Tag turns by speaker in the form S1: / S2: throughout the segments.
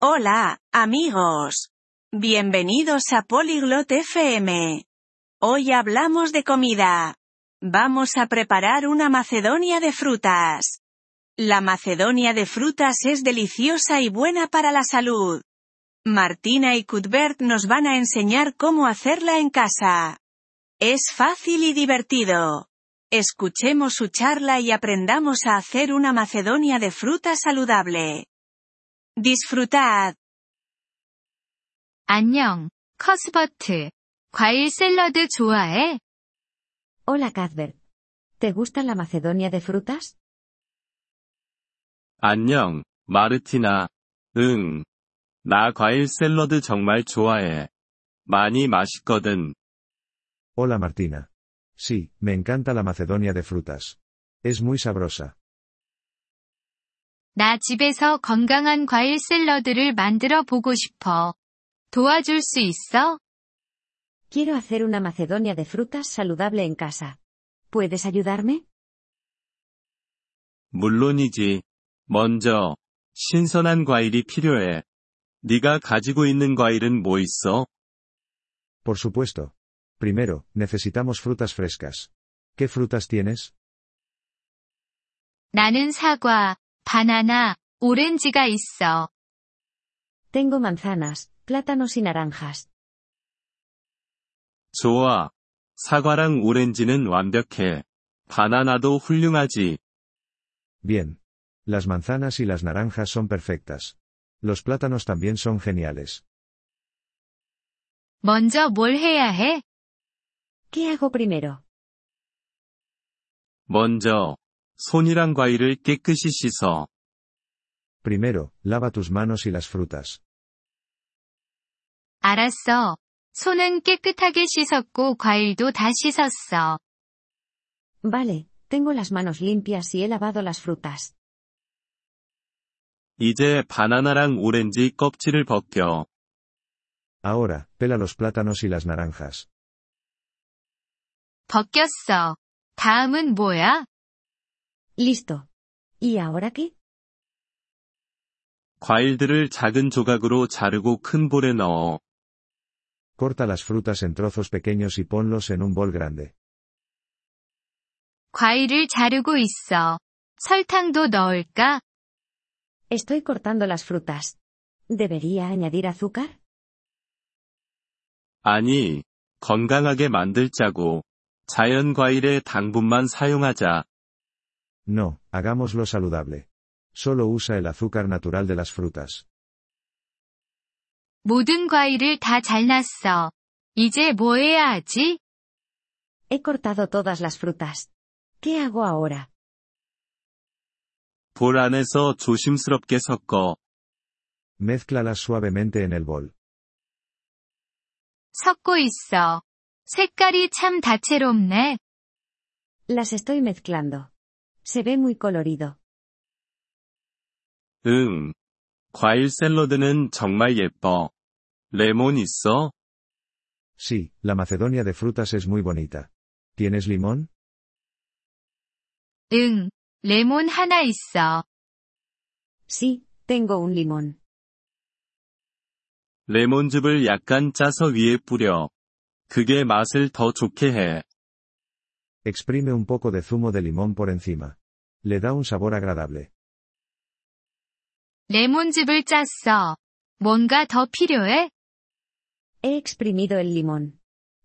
S1: Hola, amigos. Bienvenidos a Polyglot FM. Hoy hablamos de comida. Vamos a preparar una macedonia de frutas. La macedonia de frutas es deliciosa y buena para la salud. Martina y Cuthbert nos van a enseñar cómo hacerla en casa. Es fácil y divertido. Escuchemos su charla y aprendamos a hacer una macedonia de fruta saludable. Disfrutad.
S2: 안녕, 커스버트. 과일 샐러드 좋아해?
S3: Hola, Cuthbert. ¿Te gusta la Macedonia de frutas?
S4: 안녕, 마르티나. 응. 나 과일 샐러드 정말 좋아해. 많이 맛있거든.
S5: Hola Martina. Sí, me encanta la Macedonia de frutas. Es muy sabrosa.
S2: 나 집에서 건강한 과일 샐러드를 만들어 보고 싶어. 도와줄 수 있어?
S3: Quiero hacer una Macedonia de frutas saludable en casa. ¿Puedes ayudarme?
S4: 물론이지. 먼저, 신선한 과일이 필요해. 네가 가지고 있는 과일은 뭐 있어?
S5: Por supuesto. Primero, necesitamos frutas frescas. ¿Qué frutas tienes?
S2: 나는 사과, 바나나, 오렌지가 있어.
S3: Tengo manzanas, plátanos y naranjas.
S4: 좋아. 사과랑 오렌지는 완벽해. 바나나도 훌륭하지.
S5: Bien. Las manzanas y las naranjas son perfectas. Los plátanos también son geniales.
S2: 먼저 뭘 해야 해?
S3: ¿Qué hago primero?
S4: 먼저, 손이랑 과일을 깨끗이 씻어.
S5: Primero, lava tus manos y las frutas.
S2: 알았어. 손은 깨끗하게 씻었고 과일도 다 씻었어.
S3: Vale, tengo las manos limpias y he lavado las frutas.
S4: 이제 바나나랑 오렌지 껍질을 벗겨.
S5: Ahora, pela los plátanos y las naranjas.
S2: 벗겼어. 다음은 뭐야?
S3: Listo. ¿Y ahora qué?
S4: 과일들을 작은 조각으로 자르고 큰 볼에 넣어.
S5: Corta las frutas en trozos pequeños y ponlos en un bol grande.
S2: 과일을 자르고 있어. 설탕도 넣을까?
S3: Estoy cortando las frutas. ¿Debería añadir azúcar?
S4: 아니, 건강하게 만들자고. 자연 과일의 당분만 사용하자.
S5: No, hagámoslo saludable. Solo usa el azúcar natural de las frutas.
S2: 모든 과일을 다 잘랐어. 이제 뭐 해야 하지?
S3: He cortado todas las frutas. ¿Qué hago ahora?
S4: 볼 안에서 조심스럽게 섞어.
S5: Mézclalas suavemente en el bol.
S2: 섞고 있어. 색깔이 참 다채롭네.
S3: Las estoy mezclando. Se ve muy colorido.
S4: 응. 과일 샐러드는 정말 예뻐. 레몬 있어?
S5: Sí, la Macedonia de frutas es muy bonita. ¿Tienes limón?
S2: 응. 레몬 하나 있어.
S3: Sí, tengo un limón.
S4: 레몬즙을 약간 짜서 위에 뿌려. 그게 맛을 더 좋게 해.
S5: Exprime un poco de zumo de limón por encima. Le da un sabor agradable.
S2: 레몬즙을 짰어. 뭔가 더 필요해?
S3: He exprimido el limón.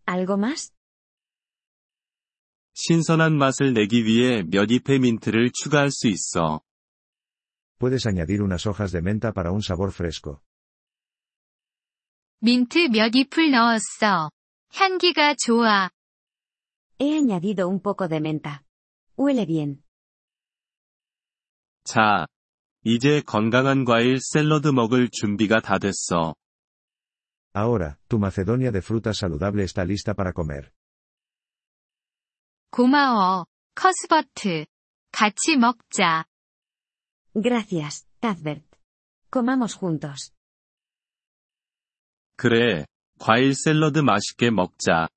S3: ¿Algo más?
S4: 신선한 맛을 내기 위해 몇 잎의 민트를 추가할 수 있어.
S5: Puedes añadir unas hojas de menta para un sabor fresco.
S2: 민트 몇 잎을 넣었어. 향기가 좋아.
S3: He añadido un poco de menta. Huele bien.
S4: 자, 이제 건강한 과일 샐러드 먹을 준비가 다 됐어.
S5: Ahora, tu Macedonia de frutas saludable está lista para comer.
S2: 고마워. 커스버트. 같이 먹자.
S3: Gracias, Cuthbert. Comamos juntos.
S4: 그래, 과일 샐러드 맛있게 먹자.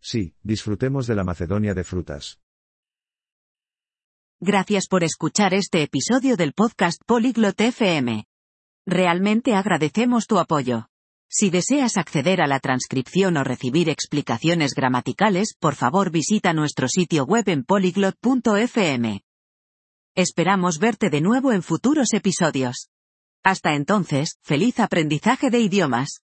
S5: Sí, disfrutemos de la Macedonia de frutas.
S1: Gracias por escuchar este episodio del podcast Polyglot FM.
S6: Realmente agradecemos tu apoyo. Si deseas acceder a la transcripción o recibir explicaciones gramaticales, por favor visita nuestro sitio web en polyglot.fm. Esperamos verte de nuevo en futuros episodios. Hasta entonces, feliz aprendizaje de idiomas.